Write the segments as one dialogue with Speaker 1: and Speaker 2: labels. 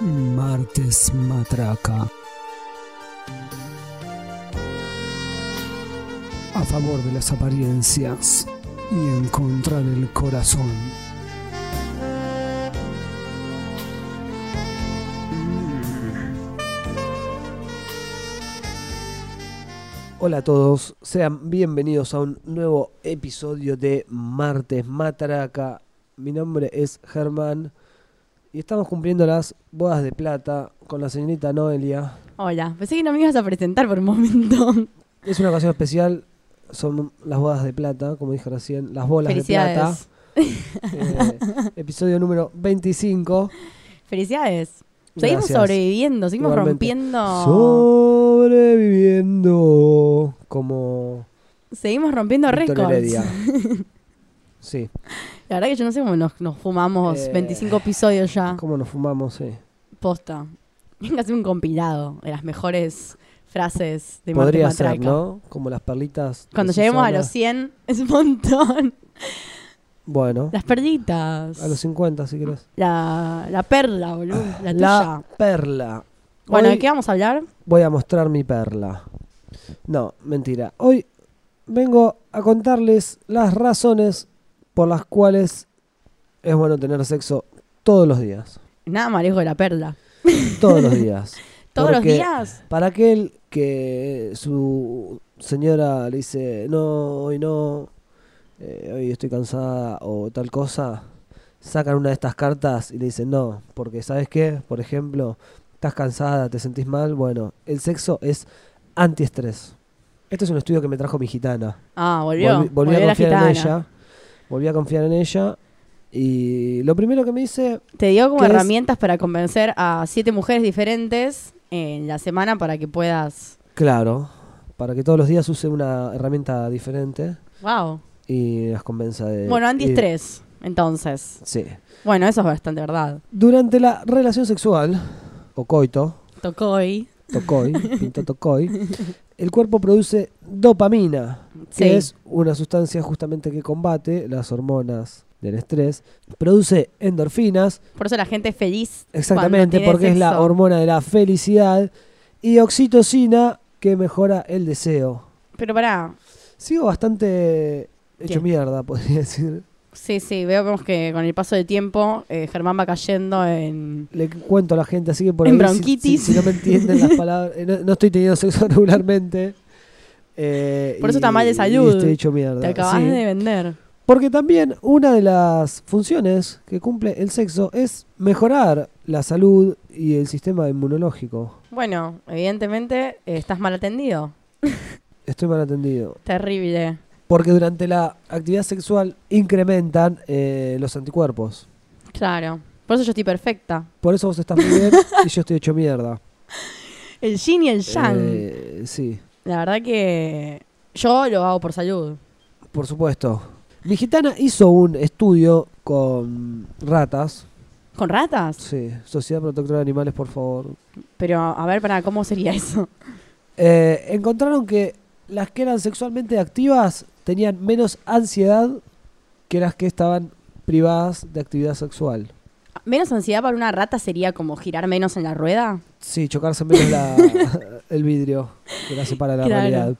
Speaker 1: Martes Matraca. A favor de las apariencias y en contra del corazón.
Speaker 2: Hola a todos, sean bienvenidos a un nuevo episodio de Martes Matraca. Mi nombre es Germán y estamos cumpliendo las bodas de plata con la señorita Noelia.
Speaker 3: Hola, pensé que no me ibas a presentar por un momento.
Speaker 2: Es una ocasión especial, son las bodas de plata, como dije recién, las bolas de plata.
Speaker 3: Felicidades.
Speaker 2: Eh, episodio número 25.
Speaker 3: Felicidades. Seguimos
Speaker 2: Gracias.
Speaker 3: sobreviviendo, seguimos
Speaker 2: Igualmente.
Speaker 3: rompiendo.
Speaker 2: Sobreviviendo como
Speaker 3: Seguimos rompiendo
Speaker 2: Víctor
Speaker 3: récords.
Speaker 2: Heredia. Sí,
Speaker 3: La verdad que yo no sé cómo nos, nos fumamos
Speaker 2: Eh.
Speaker 3: 25 episodios ya.
Speaker 2: como nos fumamos, eh. sí.
Speaker 3: Posta. Tengo que hacer un compilado de las mejores frases de Martín
Speaker 2: Podría ser,
Speaker 3: Matraca.
Speaker 2: ¿no? Como las perlitas. de
Speaker 3: Cuando lleguemos a
Speaker 2: Susana.
Speaker 3: los 100, es un montón.
Speaker 2: Bueno,
Speaker 3: Las perlitas.
Speaker 2: a los 50, si querés.
Speaker 3: La, la perla, boludo. La tuya.
Speaker 2: La perla.
Speaker 3: Bueno,
Speaker 2: Hoy
Speaker 3: ¿de qué vamos a hablar?
Speaker 2: voy a mostrar mi perla. No, mentira. Hoy vengo a contarles las razones por las cuales es bueno tener sexo todos los días.
Speaker 3: Nada más lejos de la perla.
Speaker 2: Todos los días.
Speaker 3: ¿Todos
Speaker 2: Porque
Speaker 3: los días?
Speaker 2: Para aquel que su señora le dice, no, hoy no, eh, hoy estoy cansada o tal cosa, sacan una de estas cartas y le dicen, no, porque sabes qué, por ejemplo, estás cansada, te sentís mal, bueno, el sexo es antiestrés. Este es un estudio que me trajo mi gitana.
Speaker 3: Ah, volvió.
Speaker 2: Volví, volví
Speaker 3: Volvió
Speaker 2: a
Speaker 3: la
Speaker 2: confiar en
Speaker 3: gitana.
Speaker 2: ella. Volví a confiar en ella. Y lo primero que me dice,
Speaker 3: Te dio como
Speaker 2: ¿Qué es?
Speaker 3: herramientas para convencer a siete mujeres diferentes en la semana para que puedas.
Speaker 2: claro, para que todos los días use una herramienta diferente.
Speaker 3: Wow.
Speaker 2: y las convenza de...
Speaker 3: bueno,
Speaker 2: Eh, y-
Speaker 3: antiestrés, entonces.
Speaker 2: Sí.
Speaker 3: Bueno, eso es bastante verdad.
Speaker 2: Durante la relación sexual, o coito,
Speaker 3: Tocó hoy.
Speaker 2: tocoi, pinto tocoi, el cuerpo produce dopamina,
Speaker 3: Sí.
Speaker 2: que es una sustancia justamente que combate las hormonas del estrés, produce endorfinas,
Speaker 3: Por eso la gente es feliz.
Speaker 2: exactamente,
Speaker 3: tiene
Speaker 2: porque es la
Speaker 3: sexo.
Speaker 2: hormona de la felicidad, y oxitocina, que mejora el deseo.
Speaker 3: Pero pará.
Speaker 2: Sigo bastante hecho
Speaker 3: ¿Qué?
Speaker 2: mierda, podría decir.
Speaker 3: Sí, sí, veo como que con el paso del tiempo eh, Germán va cayendo en.
Speaker 2: le cuento a la gente, así que por
Speaker 3: En
Speaker 2: ahí, si-
Speaker 3: bronquitis.
Speaker 2: Si, si no me entienden las palabras, eh, no, no estoy teniendo sexo regularmente. eh,
Speaker 3: Por eso
Speaker 2: y-
Speaker 3: está mal de
Speaker 2: y
Speaker 3: salud.
Speaker 2: estoy hecho mierda.
Speaker 3: Te acabas
Speaker 2: sí.
Speaker 3: de vender.
Speaker 2: Porque también una de las funciones que cumple el sexo es mejorar la salud y el sistema inmunológico.
Speaker 3: Bueno, evidentemente eh, estás mal atendido.
Speaker 2: Estoy mal atendido.
Speaker 3: Terrible.
Speaker 2: Porque durante la actividad sexual incrementan eh, los anticuerpos.
Speaker 3: Claro. Por eso yo estoy perfecta.
Speaker 2: Por eso vos estás muy bien y yo estoy hecho mierda.
Speaker 3: El yin y el yang.
Speaker 2: Eh, sí.
Speaker 3: La verdad que yo lo hago por salud.
Speaker 2: Por supuesto. Mi gitana hizo un estudio con ratas.
Speaker 3: ¿Con ratas?
Speaker 2: Sí, Sociedad Protectora de Animales, por favor.
Speaker 3: Pero a ver, para ¿cómo sería eso?
Speaker 2: Eh, encontraron que las que eran sexualmente activas tenían menos ansiedad que las que estaban privadas de actividad sexual.
Speaker 3: ¿Menos ansiedad para una rata sería como girar menos en la rueda?
Speaker 2: Sí, chocarse menos la- el vidrio que la separa de la
Speaker 3: Claro.
Speaker 2: realidad.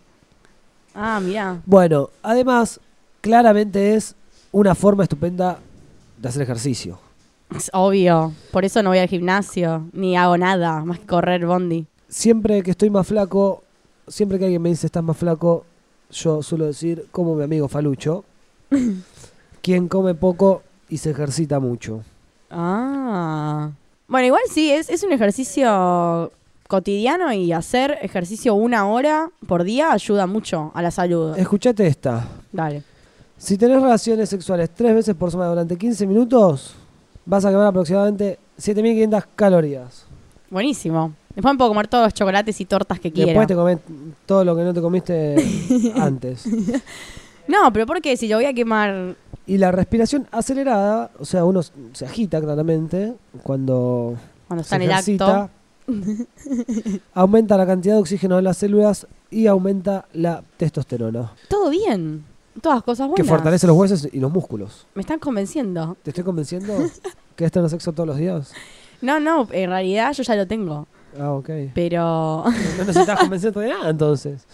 Speaker 3: Ah, mira.
Speaker 2: Bueno, además, claramente es una forma estupenda de hacer ejercicio.
Speaker 3: Es obvio. Por eso no voy al gimnasio, ni hago nada, más que correr bondi.
Speaker 2: siempre que estoy más flaco, siempre que alguien me dice estás más flaco, yo suelo decir como mi amigo Falucho, quien come poco y se ejercita mucho.
Speaker 3: Ah. Bueno, igual sí, es, es un ejercicio cotidiano y hacer ejercicio una hora por día ayuda mucho a la salud.
Speaker 2: Escuchate esta.
Speaker 3: Dale.
Speaker 2: Si tenés relaciones sexuales tres veces por semana durante 15 minutos, vas a quemar aproximadamente 7500 calorías.
Speaker 3: Buenísimo. Después me puedo comer todos los chocolates y tortas que quiera.
Speaker 2: Después te comes todo lo que no te comiste antes.
Speaker 3: No, pero ¿por qué? Si lo voy a quemar
Speaker 2: Y la respiración acelerada, o sea, uno se agita claramente cuando
Speaker 3: cuando
Speaker 2: se
Speaker 3: está en el acto.
Speaker 2: ejercita, aumenta la cantidad de oxígeno de las células y aumenta la testosterona,
Speaker 3: Todo bien. Todas cosas buenas.
Speaker 2: que fortalece los huesos y los músculos.
Speaker 3: Me están convenciendo.
Speaker 2: ¿Te estoy convenciendo que es tener sexo todos los días?
Speaker 3: No, no, en realidad yo ya lo tengo.
Speaker 2: Ah, ok.
Speaker 3: Pero,
Speaker 2: No necesitas convencerte de nada entonces.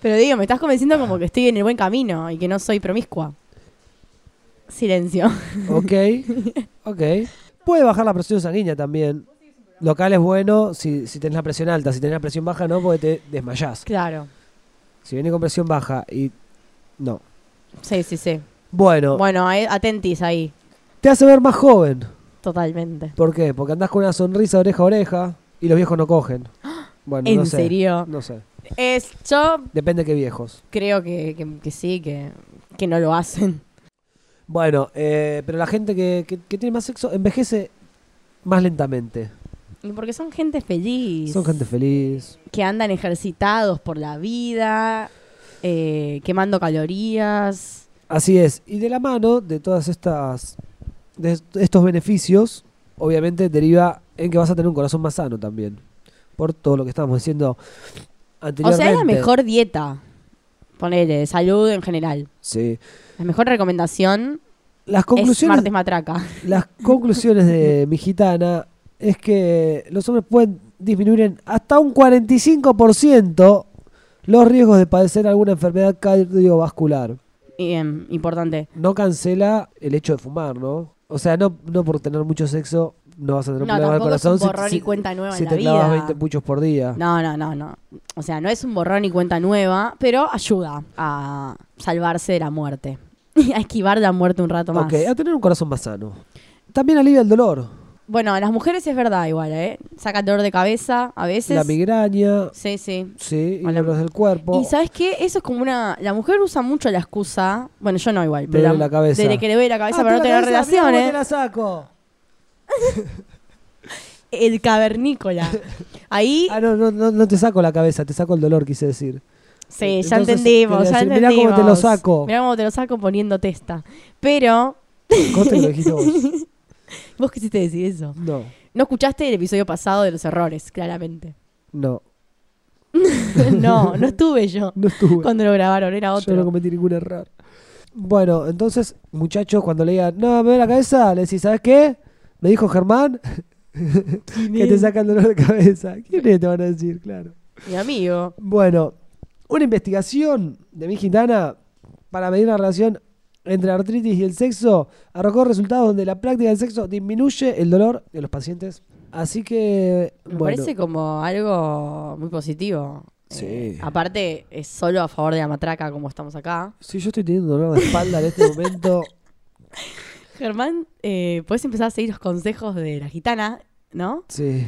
Speaker 3: pero digo, me estás convenciendo como que estoy en el buen camino y que no soy promiscua. Silencio.
Speaker 2: Ok, ok. Puede bajar la presión sanguínea también. Local es bueno si, si tenés la presión alta, si tenés la presión baja no, porque te desmayás.
Speaker 3: Claro.
Speaker 2: Si viene con presión baja y... No.
Speaker 3: Sí, sí, sí.
Speaker 2: Bueno,
Speaker 3: Bueno, ahí- atentis ahí,
Speaker 2: te hace ver más joven.
Speaker 3: totalmente.
Speaker 2: ¿Por qué? Porque andás con una sonrisa oreja a oreja y los viejos no cogen. Bueno,
Speaker 3: ¿En
Speaker 2: no sé.
Speaker 3: serio?
Speaker 2: No sé.
Speaker 3: Es, yo
Speaker 2: Depende de qué viejos.
Speaker 3: creo que, que- que sí, que, que no lo hacen.
Speaker 2: Bueno, eh, pero la gente que, que- que tiene más sexo envejece más lentamente.
Speaker 3: Y Porque son gente feliz.
Speaker 2: Son gente feliz.
Speaker 3: que andan ejercitados por la vida, eh, quemando calorías.
Speaker 2: Así es. Y de la mano de todas estas. de est- estos beneficios, obviamente deriva en que vas a tener un corazón más sano también. Por todo lo que estábamos diciendo
Speaker 3: O
Speaker 2: anteriormente.
Speaker 3: sea, es la mejor dieta. Ponele, salud en general.
Speaker 2: Sí.
Speaker 3: La mejor recomendación
Speaker 2: Las
Speaker 3: es
Speaker 2: conclusiones
Speaker 3: martes matraca.
Speaker 2: Las conclusiones de mi gitana es que los hombres pueden disminuir en hasta un 45% los riesgos de padecer alguna enfermedad cardiovascular.
Speaker 3: Bien, em, importante.
Speaker 2: No cancela el hecho de fumar, ¿no? O sea, no, no por tener mucho sexo no vas a tener
Speaker 3: No,
Speaker 2: problemas del
Speaker 3: tampoco es
Speaker 2: corazón
Speaker 3: un borrón
Speaker 2: si,
Speaker 3: y cuenta nueva
Speaker 2: si
Speaker 3: en
Speaker 2: te
Speaker 3: la
Speaker 2: clavas
Speaker 3: vida.
Speaker 2: 20 puchos por día.
Speaker 3: No, no, no, no. O sea, no es un borrón y cuenta nueva, pero ayuda a salvarse de la muerte. a esquivar la muerte un rato más.
Speaker 2: ok, a tener un corazón más sano. También alivia el dolor,
Speaker 3: Bueno, a las mujeres es verdad igual, ¿eh? Saca el dolor de cabeza a veces.
Speaker 2: la migraña,
Speaker 3: Sí, sí.
Speaker 2: sí, y
Speaker 3: Hola.
Speaker 2: dolores del cuerpo.
Speaker 3: Y sabes qué, eso es como una... La mujer usa mucho la excusa, bueno, yo no igual,
Speaker 2: Me
Speaker 3: pero
Speaker 2: duele la cabeza.
Speaker 3: Desde que le duele la cabeza
Speaker 2: Ah,
Speaker 3: para
Speaker 2: te la
Speaker 3: no tener
Speaker 2: cabeza, mirá cómo
Speaker 3: relaciones.
Speaker 2: te la saco.
Speaker 3: El cavernícola. Ahí,
Speaker 2: Ah, no, no, no, no te saco la cabeza, te saco el dolor, quise decir.
Speaker 3: sí, ya
Speaker 2: entonces,
Speaker 3: entendimos,
Speaker 2: quería
Speaker 3: ya
Speaker 2: decir, mirá
Speaker 3: entendimos.
Speaker 2: cómo te lo saco.
Speaker 3: Mirá cómo te lo saco poniendo testa. Pero,
Speaker 2: Conste que lo dijiste vos.
Speaker 3: vos quisiste decir eso.
Speaker 2: No,
Speaker 3: No escuchaste el episodio pasado de los errores, claramente.
Speaker 2: no,
Speaker 3: no, no estuve yo
Speaker 2: no estuve.
Speaker 3: cuando lo grabaron, era
Speaker 2: Yo no
Speaker 3: otro.
Speaker 2: cometí ningún error. Bueno, entonces, muchachos, cuando le digan, no, me duele la cabeza, le decís, ¿sabes qué? Me dijo Germán que te saca el dolor de cabeza. ¿Quién es? Te van a decir, claro.
Speaker 3: Mi amigo.
Speaker 2: Bueno, una investigación de mi gitana para medir la relación entre la artritis y el sexo arrojó resultados donde la práctica del sexo disminuye el dolor de los pacientes. Así que,
Speaker 3: Me
Speaker 2: bueno.
Speaker 3: parece como algo muy positivo.
Speaker 2: Sí.
Speaker 3: Eh, aparte, es solo a favor de la matraca como estamos acá.
Speaker 2: Si yo estoy teniendo dolor de espalda en este momento,
Speaker 3: Germán, eh, puedes empezar a seguir los consejos de la gitana, ¿no?
Speaker 2: sí.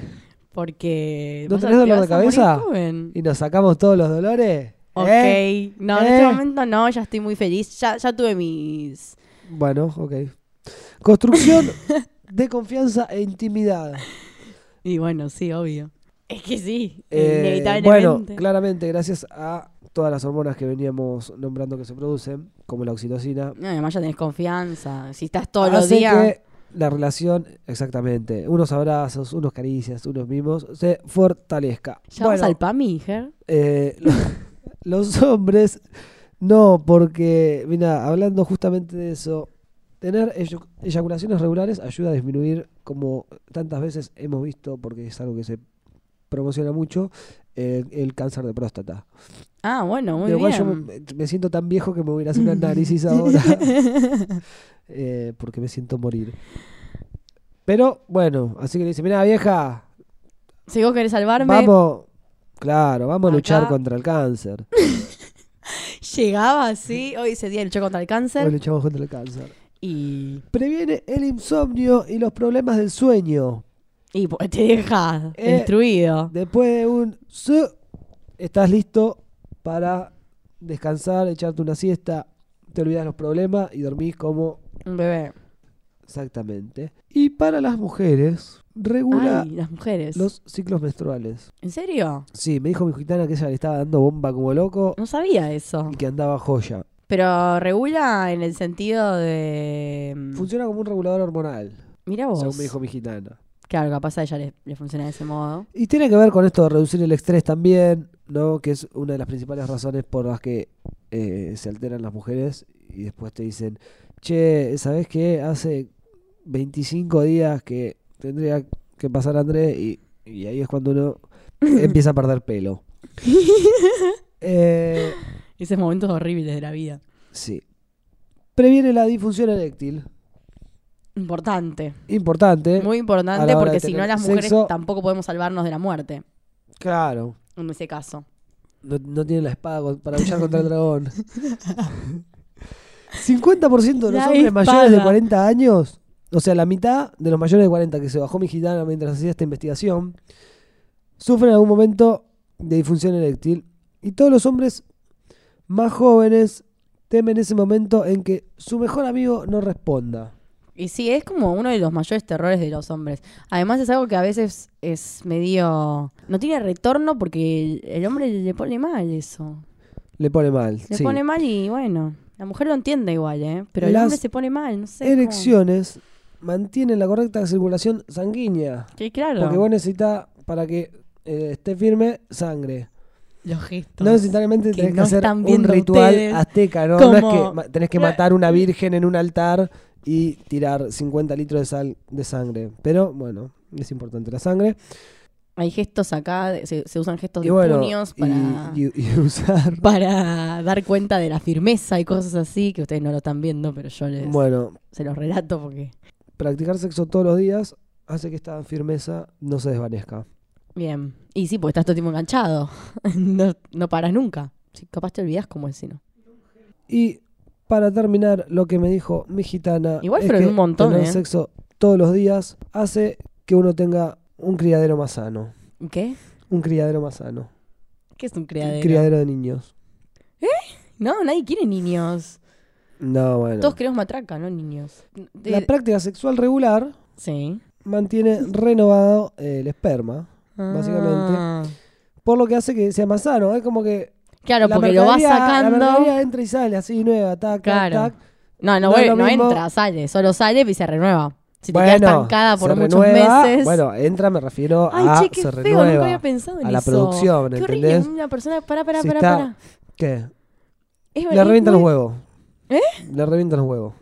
Speaker 3: Porque.
Speaker 2: ¿No
Speaker 3: vas a-
Speaker 2: tenés
Speaker 3: te
Speaker 2: dolor
Speaker 3: vas
Speaker 2: de
Speaker 3: a morir
Speaker 2: cabeza?
Speaker 3: joven.
Speaker 2: Y nos sacamos todos los dolores.
Speaker 3: Ok.
Speaker 2: ¿eh?
Speaker 3: No, en este
Speaker 2: ¿Eh?
Speaker 3: momento no, ya estoy muy feliz. Ya, ya tuve mis.
Speaker 2: Bueno, ok. Construcción de confianza e intimidad.
Speaker 3: Y bueno, sí, obvio. Es que sí,
Speaker 2: Eh,
Speaker 3: inevitablemente.
Speaker 2: bueno, claramente, gracias a todas las hormonas que veníamos nombrando que se producen, como la oxitocina,
Speaker 3: No, además ya tenés confianza. Si estás todos los
Speaker 2: hace
Speaker 3: días.
Speaker 2: Ah, que la relación, exactamente, unos abrazos, unos caricias, unos mimos, se fortalezca.
Speaker 3: ¿Ya
Speaker 2: Bueno,
Speaker 3: vas al PAMI, Ger?
Speaker 2: eh, lo- los, hombres, no, porque, mira, hablando justamente de eso, tener eyu- eyaculaciones regulares ayuda a disminuir, como tantas veces hemos visto, porque es algo que se promociona mucho, eh, el cáncer de próstata.
Speaker 3: Ah, bueno, muy
Speaker 2: De lo cual
Speaker 3: bien.
Speaker 2: yo me, me siento tan viejo que me voy a ir a hacer un análisis ahora. Eh, porque me siento morir. Pero bueno, así que le dice, mira vieja,
Speaker 3: Si vos querés salvarme,
Speaker 2: vamos, claro, vamos a luchar
Speaker 3: Acá.
Speaker 2: contra el cáncer.
Speaker 3: llegaba así. Hoy ese día luchó contra el
Speaker 2: Hoy
Speaker 3: cáncer.
Speaker 2: luchamos contra el cáncer.
Speaker 3: Y.
Speaker 2: Previene el insomnio y los problemas del sueño.
Speaker 3: Y po- te deja
Speaker 2: Eh,
Speaker 3: destruido.
Speaker 2: Después de un su, estás listo para descansar, echarte una siesta, te olvidas los problemas y dormís como
Speaker 3: Un bebé.
Speaker 2: Exactamente. Y para las mujeres, regula
Speaker 3: Ay, las mujeres.
Speaker 2: los ciclos menstruales.
Speaker 3: ¿En serio?
Speaker 2: Sí, me dijo mi gitana que ella le estaba dando bomba como loco
Speaker 3: No sabía eso.
Speaker 2: y que andaba joya.
Speaker 3: Pero regula en el sentido de. mm,
Speaker 2: Funciona como un regulador hormonal,
Speaker 3: Mira vos.
Speaker 2: según me dijo mi gitana.
Speaker 3: Claro, capaz a ella le, le funciona de ese modo.
Speaker 2: Y tiene que ver con esto de reducir el estrés también, ¿no? Que es una de las principales razones por las que eh, se alteran las mujeres y después te dicen, che, ¿sabes qué? Hace 25 días que tendría que pasar Andrés y, y ahí es cuando uno empieza a perder pelo. Eh,
Speaker 3: Esos momentos horribles de la vida.
Speaker 2: sí. Previene la disfunción eréctil.
Speaker 3: Importante.
Speaker 2: Importante.
Speaker 3: Muy
Speaker 2: Eh, a
Speaker 3: importante
Speaker 2: la hora
Speaker 3: porque
Speaker 2: de
Speaker 3: si no
Speaker 2: tener
Speaker 3: las mujeres
Speaker 2: sexo-
Speaker 3: tampoco podemos salvarnos de la muerte.
Speaker 2: Claro.
Speaker 3: En ese caso.
Speaker 2: No, no tiene la espada con- para luchar contra el dragón. 50% de los
Speaker 3: La
Speaker 2: hombres mayores de
Speaker 3: espada.
Speaker 2: 40 años, o sea, la mitad de los mayores de 40 que se bajó mi gitana mientras hacía esta investigación, sufren en algún momento de disfunción eréctil. Y todos los hombres más jóvenes temen ese momento en que su mejor amigo no responda.
Speaker 3: Y sí, es como uno de los mayores terrores de los hombres. Además es algo que a veces es medio... No tiene retorno porque el, el hombre le pone mal eso.
Speaker 2: Le pone mal.
Speaker 3: Le
Speaker 2: sí.
Speaker 3: pone mal y bueno, la mujer lo entiende igual, ¿eh? Pero el
Speaker 2: Las
Speaker 3: hombre se pone mal, no sé. es como-
Speaker 2: Erecciones mantienen la correcta circulación sanguínea.
Speaker 3: Que claro.
Speaker 2: Porque vos necesitas, para que eh, esté firme, sangre.
Speaker 3: Los gestos.
Speaker 2: No necesariamente
Speaker 3: que
Speaker 2: tenés que
Speaker 3: no
Speaker 2: hacer
Speaker 3: están
Speaker 2: un
Speaker 3: viendo
Speaker 2: ritual
Speaker 3: ustedes.
Speaker 2: azteca, ¿no? No es que
Speaker 3: Como-
Speaker 2: ma- tenés que matar una virgen en un altar y tirar 50 litros de sal de sangre. Pero bueno, es importante la sangre.
Speaker 3: Hay gestos acá, de- se, se usan gestos
Speaker 2: Y
Speaker 3: de
Speaker 2: bueno,
Speaker 3: puños
Speaker 2: y-
Speaker 3: para,
Speaker 2: y- y usar
Speaker 3: para dar cuenta de la firmeza y cosas así, que ustedes no lo están viendo, pero yo les,
Speaker 2: Bueno,
Speaker 3: se los relato porque...
Speaker 2: practicar sexo todos los días hace que esta firmeza no se desvanezca.
Speaker 3: Bien. Y sí, porque estás todo el tiempo enganchado. no, no paras nunca. Sí, capaz te olvidas cómo es, si no.
Speaker 2: Y para terminar, lo que me dijo mi gitana.
Speaker 3: Igual
Speaker 2: es
Speaker 3: fueron
Speaker 2: que
Speaker 3: un montón,
Speaker 2: Tener
Speaker 3: ¿eh?
Speaker 2: sexo todos los días hace que uno tenga un criadero más sano.
Speaker 3: ¿Qué?
Speaker 2: Un criadero más sano.
Speaker 3: ¿Qué es un
Speaker 2: Un
Speaker 3: criadero?
Speaker 2: criadero de niños.
Speaker 3: No, nadie quiere niños.
Speaker 2: No, bueno.
Speaker 3: Todos queremos matraca, no niños. De-
Speaker 2: La práctica sexual regular
Speaker 3: sí.
Speaker 2: mantiene renovado eh, el esperma, básicamente.
Speaker 3: Ah.
Speaker 2: por lo que hace que sea más sano. Es como que
Speaker 3: Claro,
Speaker 2: la
Speaker 3: porque lo vas
Speaker 2: mercadería- La
Speaker 3: sacando.
Speaker 2: mercadería entra y sale así, nueva, tac,
Speaker 3: Claro.
Speaker 2: tac, tac.
Speaker 3: No, no,
Speaker 2: no es
Speaker 3: vuelve-
Speaker 2: lo
Speaker 3: no
Speaker 2: mismo.
Speaker 3: entra, sale. Solo sale y se renueva. Si te quedas
Speaker 2: Bueno,
Speaker 3: estancada por
Speaker 2: se
Speaker 3: muchos
Speaker 2: renueva.
Speaker 3: meses.
Speaker 2: Bueno, entra, me refiero
Speaker 3: Ay,
Speaker 2: a
Speaker 3: che, qué
Speaker 2: se
Speaker 3: feo,
Speaker 2: renueva.
Speaker 3: nunca había pensado en
Speaker 2: a la
Speaker 3: eso.
Speaker 2: producción,
Speaker 3: Qué horrible,
Speaker 2: ¿entendés?
Speaker 3: una persona, pará, pará,
Speaker 2: Si
Speaker 3: pará,
Speaker 2: está-
Speaker 3: pará.
Speaker 2: ¿Qué?
Speaker 3: Es-
Speaker 2: Le
Speaker 3: es
Speaker 2: revientan los
Speaker 3: muy-
Speaker 2: huevos.
Speaker 3: ¿Eh?
Speaker 2: Le revientan los huevos.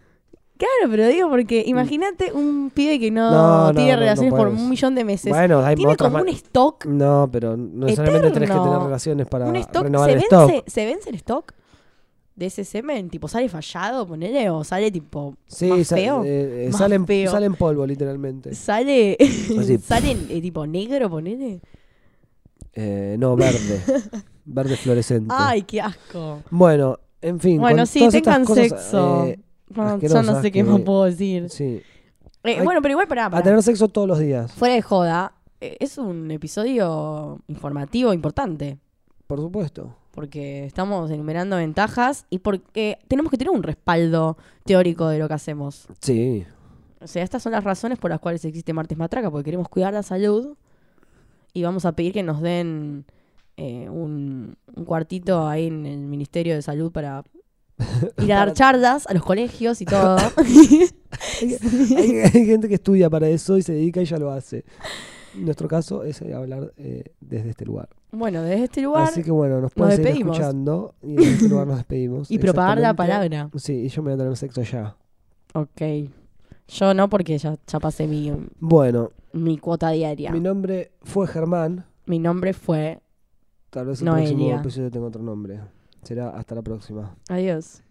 Speaker 3: Claro, pero digo porque imagínate un pibe que no,
Speaker 2: Mm. No, no,
Speaker 3: tiene
Speaker 2: no, no
Speaker 3: relaciones por
Speaker 2: puedes.
Speaker 3: un millón de meses.
Speaker 2: Bueno, hay
Speaker 3: tiene
Speaker 2: otras
Speaker 3: como un
Speaker 2: ma-
Speaker 3: stock,
Speaker 2: No, pero no necesariamente tenés que
Speaker 3: Eterno.
Speaker 2: tener relaciones para
Speaker 3: un stock,
Speaker 2: renovar
Speaker 3: ¿se
Speaker 2: el
Speaker 3: vence,
Speaker 2: stock.
Speaker 3: ¿se vence el stock de ese semen? Tipo, ¿sale fallado, ponele? ¿O sale tipo
Speaker 2: Sí,
Speaker 3: más
Speaker 2: sa-
Speaker 3: feo?
Speaker 2: eh, eh,
Speaker 3: Más
Speaker 2: salen,
Speaker 3: feo.
Speaker 2: salen polvo, literalmente.
Speaker 3: ¿Sale,
Speaker 2: Así.
Speaker 3: sale eh, tipo negro, ponele?
Speaker 2: Eh, no, verde. verde fluorescente.
Speaker 3: Ay, qué asco.
Speaker 2: Bueno, en fin.
Speaker 3: Bueno,
Speaker 2: con
Speaker 3: sí,
Speaker 2: todas estas
Speaker 3: tengan
Speaker 2: cosas,
Speaker 3: sexo.
Speaker 2: eh,
Speaker 3: No, yo no
Speaker 2: asquerosas
Speaker 3: sé qué
Speaker 2: que-
Speaker 3: más puedo decir.
Speaker 2: sí.
Speaker 3: Eh,
Speaker 2: Hay-
Speaker 3: bueno, pero igual, pará,
Speaker 2: A
Speaker 3: pará.
Speaker 2: tener sexo todos los días.
Speaker 3: Fuera de joda, eh, es un episodio informativo importante.
Speaker 2: Por supuesto.
Speaker 3: porque estamos enumerando ventajas y porque tenemos que tener un respaldo teórico de lo que hacemos.
Speaker 2: Sí.
Speaker 3: O sea, estas son las razones por las cuales existe Martes Matraca, porque queremos cuidar la salud y vamos a pedir que nos den eh, un, un cuartito ahí en el Ministerio de Salud para ir a dar charlas a los colegios y todo.
Speaker 2: Hay, hay- hay gente que estudia para eso y se dedica y ya lo hace. Nuestro caso es eh, hablar eh, desde este lugar.
Speaker 3: bueno, desde este lugar
Speaker 2: Así que bueno, nos pueden seguir
Speaker 3: despedimos.
Speaker 2: escuchando y desde este lugar nos despedimos.
Speaker 3: y propagar la
Speaker 2: Exactamente.
Speaker 3: palabra.
Speaker 2: Sí, y yo me voy a tener sexo ya.
Speaker 3: Ok. Yo no, porque ya, ya pasé mi,
Speaker 2: Bueno,
Speaker 3: mi cuota diaria.
Speaker 2: mi
Speaker 3: Mi,
Speaker 2: nombre fue Germán.
Speaker 3: nombre fue...
Speaker 2: Tal vez el
Speaker 3: Noelia.
Speaker 2: próximo episodio tenga otro nombre. Será hasta la próxima.
Speaker 3: Adiós.